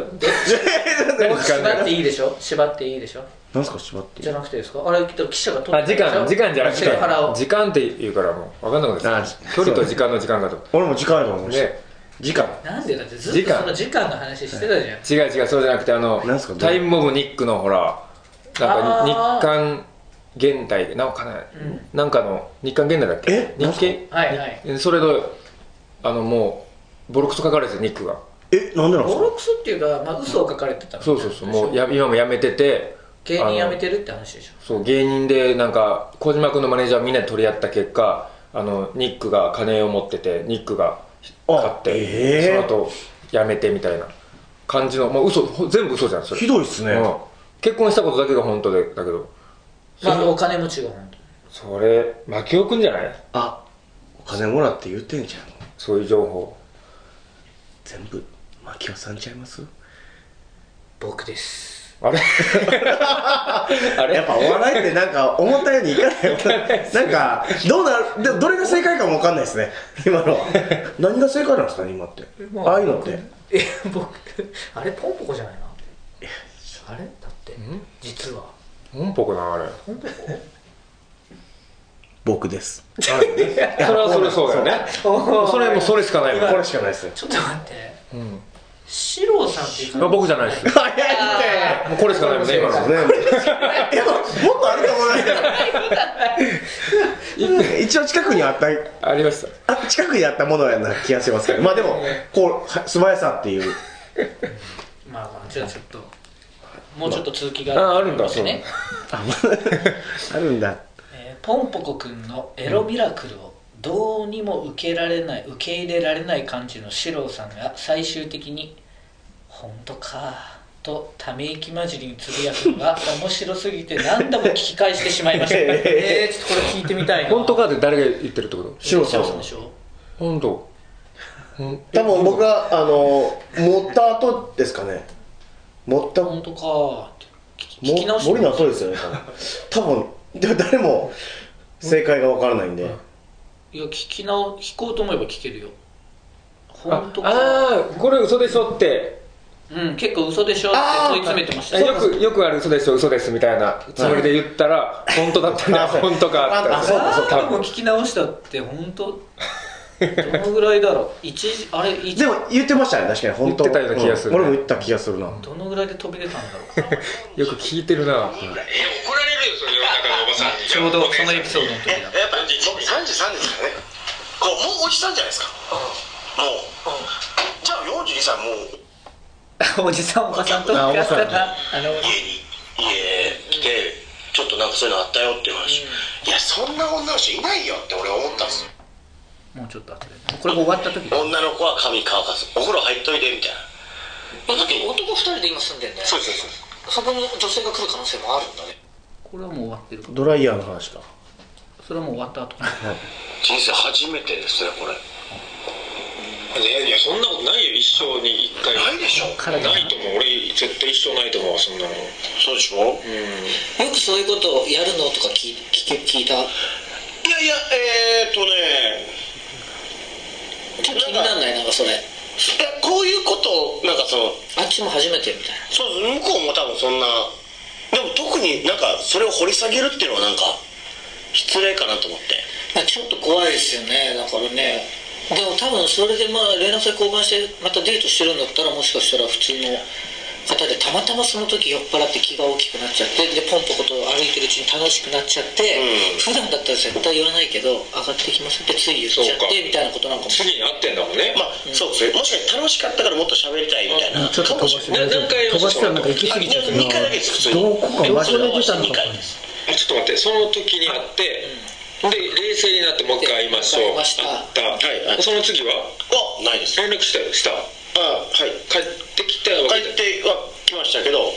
S1: 縛
S2: 何時間
S1: っ
S2: だ
S1: ていいでしょ縛っていいでしょ
S3: 何すか縛って
S1: じゃなくてですかあれきっと記者が撮
S2: あ
S1: って
S2: 時
S1: るでしょ
S2: 間時間じゃなくて
S1: セクハラを
S2: 時間って言うからもう分かんなくなっ
S3: あ
S2: てきた距離と時間の時間だと
S3: 俺も時間やと思いました
S2: ね
S3: 時間
S1: なんでだってずっとその時間の話してたじゃん
S2: 違う違うそうじゃなくてあの
S3: なんすかどれ
S2: タイムモブニックのほらなん
S1: あー
S2: か日韓現代なんかな、
S1: ん
S2: なんかの日韓現代だっけ
S3: えなん
S2: 日
S3: すか
S2: 系
S1: はいはい
S2: それとあのもうボロクソ書かれてるニックが
S3: えなんでなんです
S1: ボロ
S3: か
S1: クソっていうか、まあ、嘘を書かれてたみたい
S2: そ
S1: な
S2: うそうそうもうや今も辞めてて
S1: 芸人辞めてるって話でしょ
S2: そう芸人でなんか小島君のマネージャーみんなで取り合った結果あのニックが金を持っててニックが勝って、
S3: ええ
S2: その後辞めてみたいな感じの、まあ、嘘ほ全部嘘じゃんそれ
S3: ひどいっすね
S2: うん結婚したことだけが本当でだけど
S1: まあ、あとお金持ちが本
S2: それ牧雄君じゃない
S3: あお金もらって言ってんじゃん
S2: そういう情報
S3: 全部牧雄さんちゃいます
S1: 当僕です
S2: あれあれ
S3: やっぱお笑いってなんか思ったよう にいかないよねなんかどうなるでどれが正解かもわかんないですね今 のは何が正解なんですかね今って
S1: ま
S3: ああいうのって
S1: え僕あれポンポコじゃないなあれだって実は
S2: 本っぽくなあれ
S1: ポンポコ
S3: 僕です
S2: それ はそれそうだよねそれもうそれしかないもん
S3: これしかないですね
S1: ちょっと待って
S2: うん
S1: 四郎さんっていう
S2: いや
S1: か
S2: 僕じゃないですよ
S3: 早いって
S2: もうこれしかないもんね今の
S3: ね、 いやもっとあると思わない けど一応近くにあった
S2: ありました
S3: あ近くにあったものやな気がしますけどまあで もこうは素早さっていう
S1: まあまあじゃあちょっともうちょっと続きが
S2: ああるんだ
S1: のでね
S3: あまああるんだ
S1: えーポンポコくんのエロミラクルをどうにも受けられない受け入れられない感じの四郎さんが最終的に「本当か」とため息混じりにつぶやくのが面白すぎて何度も聞き返してしまいましたえー、ちょっとこれ聞いてみたいな
S2: 本当かって誰が言ってるってこと
S1: 四郎さ
S3: 四郎さ
S1: ん
S3: ん
S1: でしょ
S2: 本当ほん
S3: 多分僕があの持った後ですかね持った
S1: 本当かって聞き直
S3: も
S1: して
S3: 森の後ですよね多分多分でも誰も正解がわからないんで、
S1: いや聞き直聞こうと思えば聞けるよ本
S2: あ
S1: 当か
S2: あーこれ嘘でしょって
S1: うん結構嘘でしょって
S3: あー
S1: 問い詰めてました
S2: よくよくある嘘でしょ嘘ですみたいなつもりで言ったら本当だったんだ
S3: あそう
S2: 本当かって
S3: あそうかそうか
S1: あ
S2: 多
S1: ーで
S2: 分
S1: も聞き直したって本当どのぐらいだろう一時あれ一
S3: でも言ってましたね確かに本当
S2: 言ってたような気がする
S3: ん俺も言った気がするな、
S1: どのぐらいで飛び出たんだろう
S2: よく聞いてるな
S1: ちょうどそのエピソードの時だ
S6: やっぱり僕33ですからねこうもうおじさんじゃないですか、もう、じゃあ42歳もう
S1: おじさんおばさんと
S3: あおばさん
S1: やったなあの
S6: 家に家来て、ちょっとなんかそういうのあったよっていう話、いやそんな女の人いないよって俺思ったんですよ、
S1: もうちょっと後でこれも終わった時だ
S6: 女の子は髪乾かすお風呂入っといてみたいなだって男2人で今住んでるねそうそうそうそこに女性が来る可能性もあるんだね
S1: これはもう終わってる
S3: ドライヤーの話か
S1: それはもう終わった後
S6: 人生初めてですねこれ
S7: いやそんなことないよ一生に一回
S6: ないでしょ
S1: 体が
S7: ないと思う俺絶対一生ないと思うそんなの
S6: そうでしょ
S8: よくそういうことをやるのとか聞い聞け聞いた
S6: いやいやえー、っとね
S8: ちょっと気にならないなんかそ
S6: い
S8: れ
S6: やこういうことをなんかその
S8: あっちも初めてみたい
S6: そう向こうも多分そんなでも特になんかそれを掘り下げるっていうのはなんか失礼かなと思って
S8: ななんかちょっと怖いですよねだからねでも多分それでまあ連絡先交換してまたデートしてるんだったらもしかしたら普通の方でたまたまその時酔っ払って気が大きくなっちゃってでポンポコと歩いてるうちに楽しくなっちゃって、
S6: うん
S8: 普段だったら絶対言わないけど上がってきますってつい言っちゃ
S7: そ
S8: っ
S7: うか
S8: てみたいなことなんかも
S7: 次に会ってんだもんね、
S6: まあ、そうですねもしかして楽しかったからもっと喋りたいみたいな
S3: ちょっと飛ばして大丈
S7: 何
S3: 夫
S7: 回
S3: 飛ばしたらなんか行き過ぎちゃうな
S6: 2回だけです普通に
S3: どこか間違えてたのか
S6: 2回です
S7: あちょっと待ってその時に会って、で冷静になってもう一回会いましょう
S8: 会いました
S7: 会った、
S6: はいはい
S7: その次は
S6: あないですあ
S7: 連絡したよした
S6: はい
S7: 帰ってきたわけじゃ
S6: 帰っ
S7: ん
S6: ては来ましたけど、は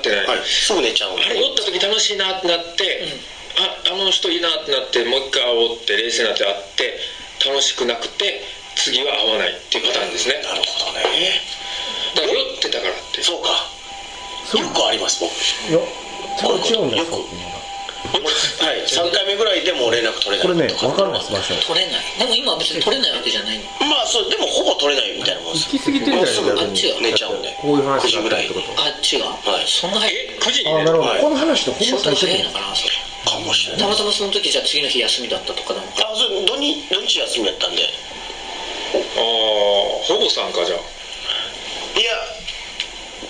S7: 会ってない、
S6: い、すぐ寝ちゃうんで
S7: あれおった時楽しいなってなって、ああの人いいなってなってもう一回会おうって冷静になって会って楽しくなくて次は会わないっていうパターンですね
S6: なるほどね
S7: だから酔ってたからって
S6: そうかよくあります僕
S3: いやちょっと違うんだよ
S6: よくはい3回目ぐらいでもう連絡取れない
S3: これね分からないです場所
S8: 取れないでも今は別に取れないわけじゃない
S6: まあそうでもほぼ取れないみたいなもんです
S2: 行き過ぎてるじゃないですか
S8: あっちが
S6: 寝ちゃうんで
S2: こういう話
S6: 9時
S2: に
S6: ぐ
S2: なって
S6: らい
S2: るってこと
S8: あっちが、
S6: はい
S8: そんな早い
S7: え9時に
S3: あ
S7: ね
S3: あなるほど
S6: はい
S3: この話って
S8: 仕
S3: ほぼ最初
S8: 事早
S3: に
S8: いのかなそれ
S6: かもしれない
S8: たまたまその時じゃあ次の日休みだったとかなのか
S6: あそう土日土日休みやったんでいや
S7: ああほぼ参加じゃん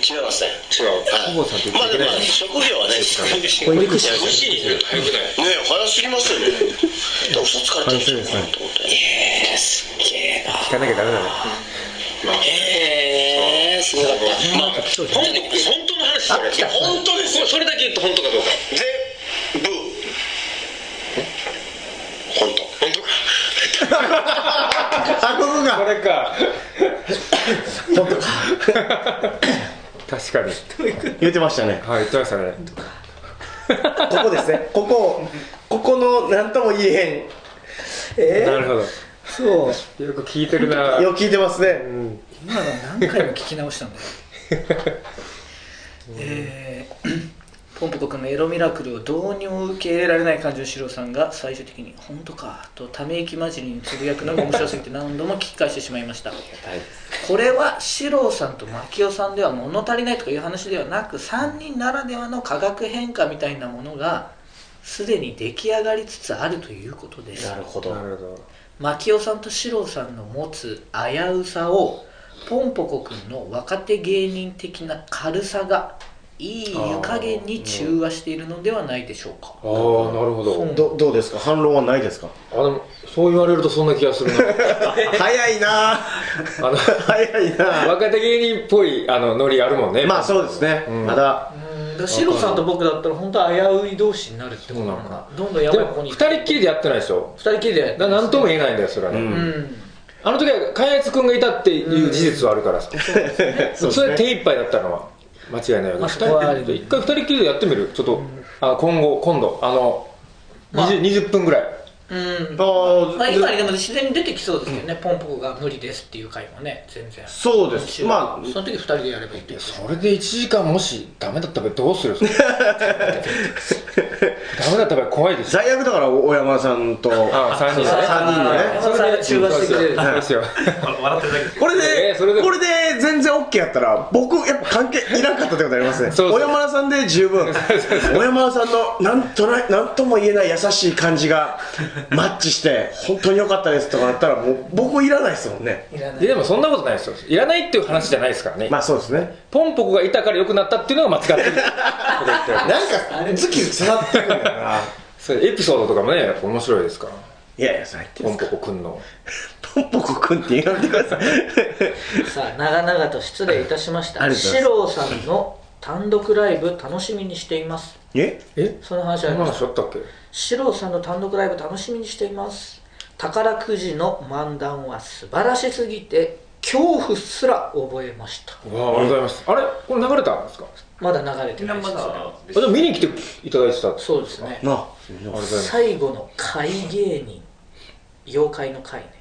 S6: 違いますね
S7: 違う
S6: はい
S2: 保護さんって言
S6: ま
S2: っちゃいけ
S6: あで
S2: ない
S6: も職業はね
S3: これ
S6: ね
S3: ミクシ
S7: 9時に早くない
S6: え早すぎますよね嘘つかれてるんじゃないかなと思って
S8: えー、すっげえな
S2: 聞かなきゃダメだね
S7: まあ
S8: えー、すごかった
S7: まあ本当本当の話それいや本当ですよそれだけ言って本当かどうか
S6: 全部
S7: 本
S6: 本当
S7: 当か
S3: あここが
S2: これか
S3: 本当か
S2: 確かに
S3: 言ってました ね
S2: はい言ってましたね
S3: ここですねここここの何とも言え
S1: え
S2: なるほど
S1: ー、そう
S2: よく聞いてるな
S3: へんよく聞いてます
S2: う
S3: ね
S2: ん
S1: 今の何回も聞き直したんだよえー ポンポコ君のエロミラクルをどうにも受け入れられない感じのシロさんが最終的に「本当か」とため息混じりにつぶやくのが面白すぎて何度も聞き返してしまいましたこれはシロさんとマキオさんでは物足りないとかいう話ではなく3人ならではの化学変化みたいなものがすでに出来上がりつつあるということです
S3: なるほど
S2: なるほど
S1: 牧雄さんと四郎さんの持つ危うさをポンポコくんの若手芸人的な軽さがいい湯加減に中和しているのではないでしょうか
S2: ああなるほど
S3: どどうですか反論はないですか
S2: あでもそう言われるとそんな気がする な
S3: 早いな
S2: あの
S3: 早いな
S2: 若手芸人っぽいあのノリあるもんね
S3: まあそうですね、
S2: うん
S3: まだ
S1: 四郎さんと僕だったら本当危うい同士になるってことなのかなどんどんや
S2: で
S1: ばい方
S2: も
S1: に
S2: 二人っきりでやってないでしょ
S1: 二人きりで
S2: だなんとも言えないんだよそれはね、
S1: うんん
S2: あの時は関悦君がいたっていう事実はあるからさ、それは手一杯だったのは間違いな
S1: ま
S2: いよね
S1: あ
S2: 二
S1: そこはあ
S2: 人
S1: る
S2: で一回二人っきりでやってみるちょっと、あ今後今度あの、
S1: まあ
S2: 20, 20分ぐらい
S1: うん
S3: あ
S1: まあ、今にでも自然に出てきそうですけどね、ポンポコが無理ですっていう回もね全然
S3: そうで
S1: む
S3: す
S1: しろ
S3: ま
S1: その時二人でやればいいってこと
S2: それで1時間もしダメだった場合どうするダメだった場合怖いで
S3: あ
S2: すよ
S3: 罪悪だからお大山さんと
S2: あ三人でね
S3: 三人のね
S1: それで中和してくれる
S2: そうですよ
S4: 笑ってるだけで
S3: これで,、
S2: えーそれでも
S3: これで全然 OK やったら僕やっぱ関係いなかったってことあります ね
S2: そうそう
S3: 小山田さんで十 分小山田さんのなんとななんとも言えない優しい感じがマッチして本当に良かったですとかなったらもう僕いらないですもんね
S1: いらない
S2: ででもそんなことないですよいらないっていう話じゃないですからね、
S3: まあそうですね
S2: ポンポコがいたから良くなったっていうのが間違ってる
S3: なんかズキズキ刺さってくるんだよな
S2: それエピソードとかもねやっぱ面白いですから
S3: いやいやそれ入ってる
S2: ポ
S3: ん
S2: ン
S3: です
S2: ポコくんの
S3: ポンポコくんって言われてください
S1: さあ長々と失礼いたしまし
S3: あ
S1: た
S3: りがとうござ
S1: 四
S3: い
S1: 郎さんの単独ライブ楽しみにしています
S3: え
S2: え
S1: その話
S2: そ
S1: あ
S2: ん
S1: り
S2: な
S1: ま
S2: の
S1: し
S2: しょったっけ
S1: 四郎さんの単独ライブ楽しみにしています宝くじの漫談は素晴らしすぎて恐怖すら覚えました
S2: わあ、ありがとうございます。あれ、これ流れたんですか。あ、
S1: まだ流れてないです
S2: でも見に来ていただいてたんです。
S1: そうですね
S3: なあ
S2: ありがとうございます。
S1: 最後の怪芸人妖怪の怪ね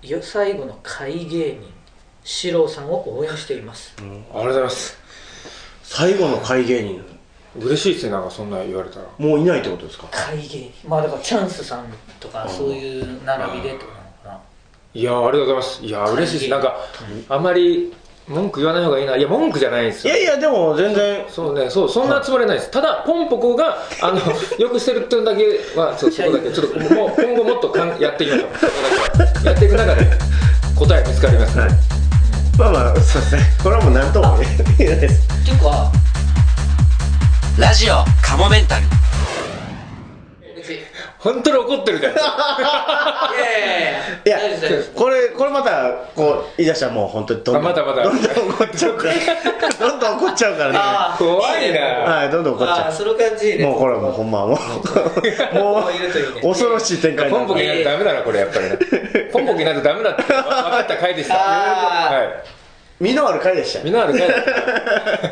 S1: よ最後の怪芸人四郎さんを応援しています
S2: ありがとうございます。
S3: 最後の会芸人
S2: 嬉しいですね、なんかそんな言われたら。
S3: もういないってことですか
S1: 怪芸人まあだからチャンスさんとかそういう並びでとかなのか
S2: いやー、ありがとうございます。いやー、嬉しいです。なんか、あまり文句言わない方がいいな。いや、文句じゃないんです
S3: い
S2: よ
S3: や。いやでも全然
S2: そうね、そう、そんなつもりはないです。ただ、ポンポコが、あ の、よくしてるっていうだけは、ちょっと、そこだけ、ちょっと、もう、今後もっとかん、やっていきましょう。そこだけはやっていく中で、答え見つかります ね。
S3: まあまあそうですねこれはもう何ともね言えないです
S1: なっていうか
S5: ラジオカモメンタル
S1: 別にい
S2: 本当に怒ってるじゃないですか。
S1: やいや
S3: いや
S1: 大丈夫です
S3: これこれまたこう言い出したらもう本当にどんどん
S2: あまたまた
S3: どんどん怒っちゃうからどんどん怒っちゃうからね
S1: あ
S2: 怖いな。
S3: はいどんどん怒っち
S1: あ
S3: ゃ
S1: あその感じいいうね
S3: もうこれはもうほんまもう も
S1: もういるというね
S3: う恐ろしい展開に
S2: ポ
S3: な
S2: ンポ
S3: る
S2: キになるとダメだな、これやっぱりね。 ポンポキになるとダメだって分かった回でした。
S1: あー
S2: は
S3: 身のある回でした
S2: い。身のある回だった。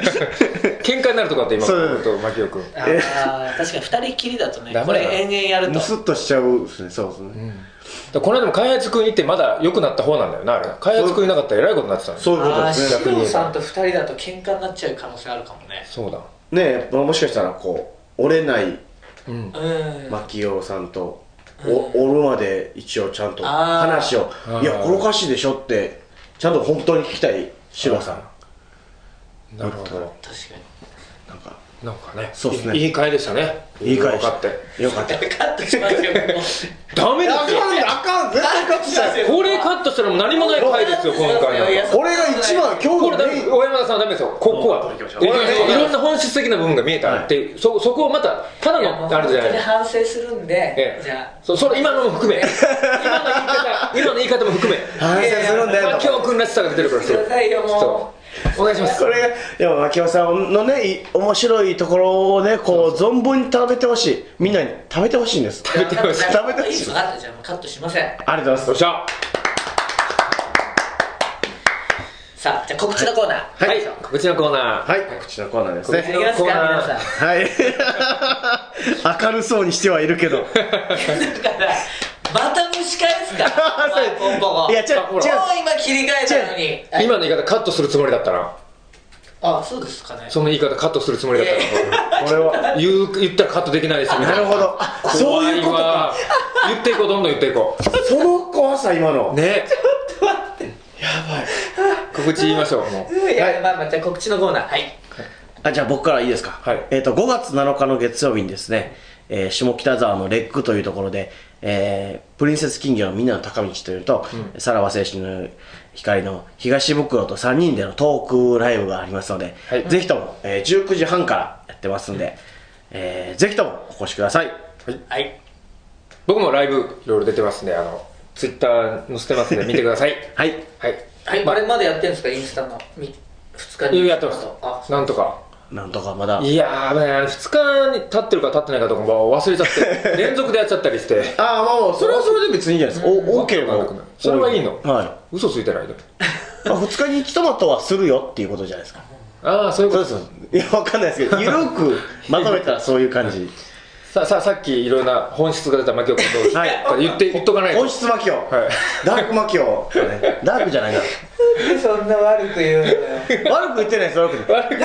S2: 喧嘩になるとかって今、
S3: そう
S2: 僕と牧雄君。
S1: ああ確かに二人きりだとね
S2: ダメ
S1: こ
S2: だな
S1: れ延々やると
S3: ムスッとしちゃうですねそうですね
S2: だからこの間も開発君いてまだ良くなった方なんだよな、あれ。開発君いなかったらえらいことになってたの
S3: そういうこと
S1: ああ
S3: で
S1: 四
S3: すね
S1: 郎さんと二人だと喧嘩になっちゃう可能性あるかもね
S2: そうだ。
S3: ねえもしかしたらこう折れない
S2: うん。
S1: うん
S3: 牧雄さんとお折るまで一応ちゃんと
S1: あー
S3: 話を
S2: あー
S3: いやこれおかしいでしょってちゃんと本当に聞きたいシロさん
S2: なるほど。
S1: 確かに
S3: なんか
S2: なんかね、
S3: そうっすね
S2: いいい回でしたね。
S3: いい回でした
S2: 分かって。
S3: よかった
S1: カットしますよもう
S2: ダメですよ。
S3: あかん絶対カットしない
S2: これカットしたらもう何もない回ですよ、今回の。
S3: これが一番今
S2: こ
S3: 日
S2: れ
S3: の
S2: ダ
S3: メ
S2: メ
S3: イン
S2: 大山田さんはダメですよここは
S4: 行きましょう
S2: いろんな本質的な部分が見えたっていうそそこをまたただのあれじゃな
S1: 本
S2: い
S1: 当に反省するんで、
S2: ええ
S1: じゃ
S2: そうそれ今のも含め今の言い方今の言い方も含め
S3: 反省するんだ
S2: ま
S3: よ
S2: あ今日君らしさが出てるから
S1: あくださいよも
S2: そうお願いします
S3: これがでも牧雄さんのねい面白いところをねこう存分に食べてほしいみんなに食べてほしいんです
S1: う
S2: 食べてほしい
S1: じゃあ分かってた
S3: 食べほ
S1: いい
S3: しい
S1: 分かったじゃあもうカットしません
S3: ありがとうござい
S2: よ
S3: ま
S2: っ
S3: す
S2: しゃ
S1: さあじゃあ告知のコーナー、
S2: はい、告知のコーナー。
S3: はい、告知のコーナーです
S1: い、
S3: ね。
S1: きますか
S2: コーナー
S1: 皆さん
S3: はい。明るそうにしてはいるけど。
S1: だからまた蒸し返すから
S3: そう
S1: ポンポコ
S3: いや、違う、違う
S1: もう。今切り替えたのにはい
S2: 今の言い方カットするつもりだったな。
S1: あそうですかね
S2: その言い方カットするつもりだった
S3: これは。
S2: な。言う言ったらカットできないですみた
S3: ないるほど。あそういうこと
S2: 怖わ
S3: か。
S2: 言っていこう、どんどん言っていこ
S3: その怖さ、今の。
S2: う。ね。ちょっと待って。やばい。告知言いましょう、もう。
S1: いや、まあまあじゃあ告知のコーナーはい
S3: あ、じゃあ僕からいいですか。
S2: はい
S3: えっ、と、5月7日の月曜日にですね、えー下北沢のレックというところで、えープリンセス金魚のみんなの高道というと、さらば青春の光の東袋と3人でのトークライブがありますので、
S2: はい
S3: ぜひとも、えー19時半からやってますんで、えーぜひともお越しください。
S1: はい
S2: 僕もライブいろいろ出てますんで、あの、ツイッター載せてますんで、見てください。
S3: はい。
S2: はい。
S1: はいあれまだやってるんですかインスタのみ2日
S2: い
S1: に
S2: ややってます
S1: あ。
S2: なんとか。
S3: なんとかまだ。
S2: いやー、まあ2日に経ってるか経ってないかとかも忘れちゃって、連続でやっちゃったりして。
S3: ああ、まあまあ、それはそれで別にいいんじゃないですか。お、多ければ
S2: わかんなくなる。それはいいの。
S3: はい。
S2: 嘘ついてないで。
S3: まあ、2日に一トマトはするよっていうことじゃないですか。
S2: ああ、そういう
S3: そ
S2: こ
S3: う
S2: と。
S3: です。いや、わかんないですけど、ゆるくまとめたらそういう感じ。
S2: さささっきいろんな本質が出た牧岡君どうです
S3: はい
S2: か言って言っとかないと
S3: 本質巻きを、
S2: はい
S3: ダーク巻きを、ね、ダークじゃないな
S1: そんな悪く言うの よ
S3: 悪く言ってないです悪く悪く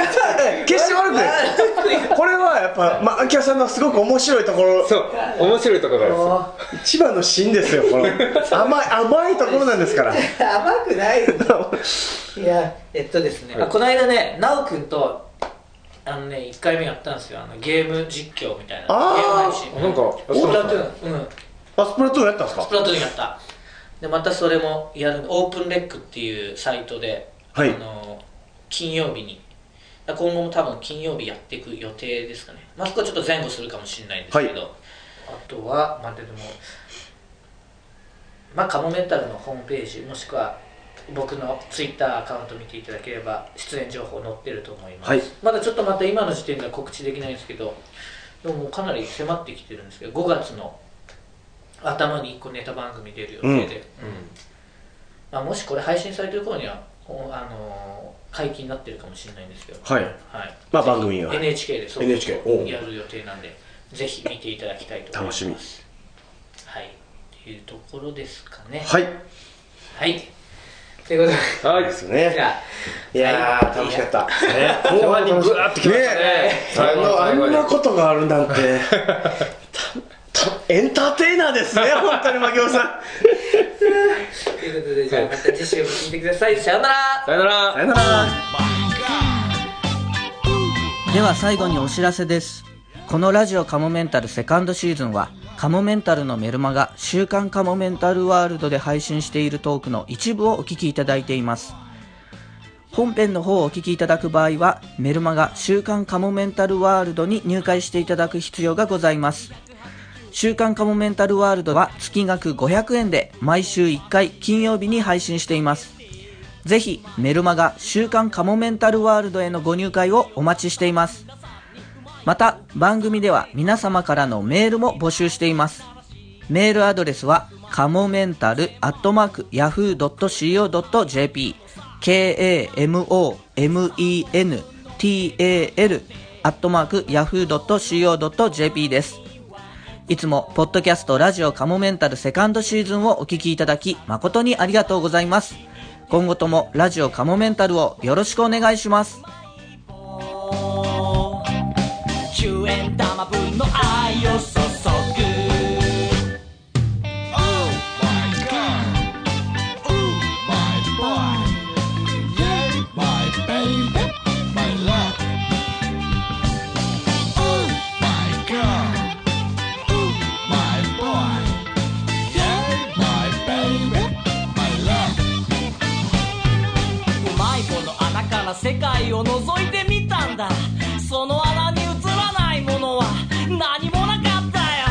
S3: 決して悪くないこれはやっぱ、まあ、秋葉さんのすごく面白いところ
S2: そう面白いところがあるんですよ
S3: 一番の芯ですよこの甘い甘いところなんですから
S1: 甘くない いやえっとですね、
S2: はい
S1: あこの間ね奈くんとあのね1回目やったんですよあのゲーム実況みたいな
S3: あー
S1: ゲーム配信
S2: あなんか
S1: スプラトゥー
S2: そう
S1: ンうん
S3: あスプラトゥーンやったんです
S1: ス
S3: か
S1: プラトゥーンやったでまたそれもやるオープンレックっていうサイトで、
S3: はい
S1: あの金曜日にだ今後も多分金曜日やっていく予定ですかねまあそこはちょっと前後するかもしれないんですけど、
S3: は
S1: あとはまあでもまあカモメンタルのホームページもしくは僕のツイッターアカウント見ていただければ出演情報載ってると思います、
S3: はい
S1: まだちょっとまた今の時点では告知できないんですけどでももうかなり迫ってきてるんですけど5月の頭に1個ネタ番組出る予定で、まあ、もしこれ配信されてる頃にはほあのー解禁になってるかもしれないんですけど、
S3: はい
S1: はい
S3: まあ番組は
S1: NHK でそう
S3: NHK おう
S1: やる予定なんでぜひ見ていただきたいと思いま
S3: 楽
S1: す
S3: しみ
S1: はいっていうところですかね
S3: はい
S1: はいということで
S2: はい
S3: ですよ
S1: じ
S3: ね
S1: ゃあ
S3: いやー楽しかった
S2: ね後半にグワーってきましたね
S3: ねあ
S2: 最後の
S3: のあ
S2: 最後
S3: ん
S2: に
S3: なことがあ るなんてたたエンターテイナーですね本当に牧野さん
S1: ということでじゃあまた次週も聞いてくださいさようなら
S2: さよなら
S3: さよなら
S9: では最後にお知らせですこのラジオカモメンタルセカンドシーズンはカモメンタルのメルマガ週刊カモメンタルワールドで配信しているトークの一部をお聞きいただいています本編の方をお聞きいただく場合はメルマガ週刊カモメンタルワールドに入会していただく必要がございます週刊カモメンタルワールドは月額500円で毎週1回金曜日に配信していますぜひメルマガ週刊カモメンタルワールドへのご入会をお待ちしています。また番組では皆様からのメールも募集しています。メールアドレスはカモメンタルアットマーク yahoo.co.jp k-a-m-o-m-e-n-t-a-l アットマーク yahoo.co.jp です。いつも、ポッドキャストラジオカモメンタルセカンドシーズンをお聞きいただき、誠にありがとうございます。今後ともラジオカモメンタルをよろしくお願いします。
S10: 10円玉分の愛を注ぐ Oh my god Oh my boy Yay my baby My love Oh my god Oh my boy Yay my baby My love うまい棒の穴から世界を覗いてみたんだその穴に映らないものは何もなかったよ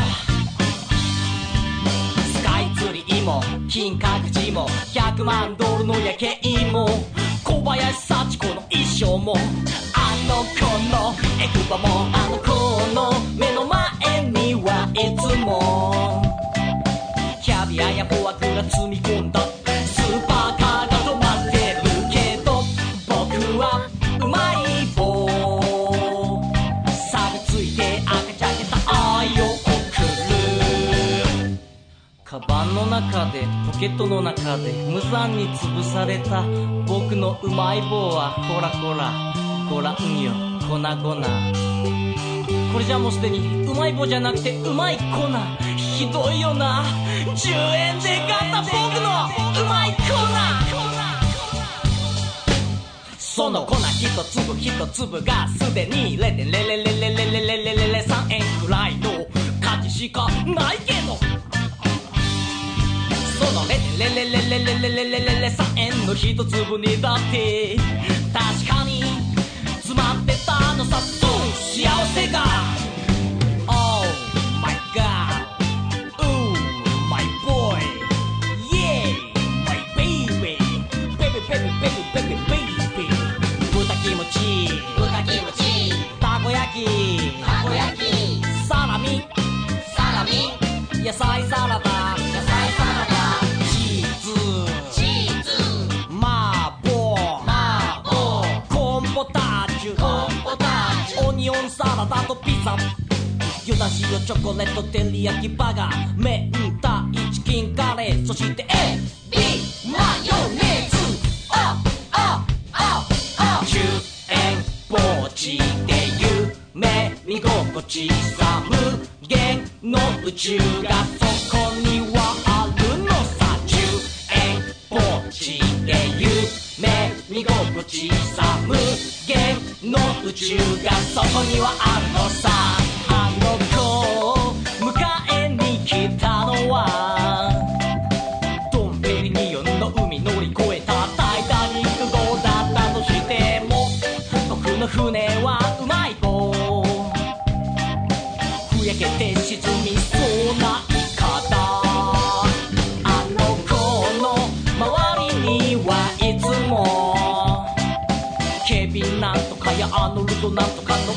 S10: スカイツリーも金閣寺も100万ドルの夜景も小林幸子の衣装もあの子のエクバもあの子の目の前にはいつもキャビアやフォアグラ積み込んだスーパーカーが止まってるけどカバンの中でポケットの中で無残に潰された僕のうまい棒はこらこらご覧よ粉々これじゃもうすでにうまい棒じゃなくてうまい粉ひどいよな10円で買った僕のうまい粉その粉一粒一粒がすでにレレレレレレレレレレレレ3円くらいの価値しかないけどそのレレレレレレレレレレレ3円の一粒にだって確かに詰まってたのさそう幸せが Oh my god Ooh my boy Yeah my baby Baby baby baby baby baby 豚キムチ豚キムチたこ焼きたこ焼きサラミサラミ野菜サラダ野菜サラダチーズチーズ麻婆麻婆コーンポタージュコーンポタージュオニオンサラダとピザユダシオチョコレート照り焼きバーガー明太チキンカレーそしてエビマヨネーズああああ10円ポーチで夢見心地さ無限の宇宙がそこにはあるのさ10円ポーチで夢見心地さ無限の宇宙がそこにはあるのさあの子を迎えに来たのはドンペリニオンの海乗り越えたタイタニック号だったとしても僕の船はうまい棒ふやけて沈みそうな言い方あの子の周りにはいつも警備なんとかやアーノルドなんとかの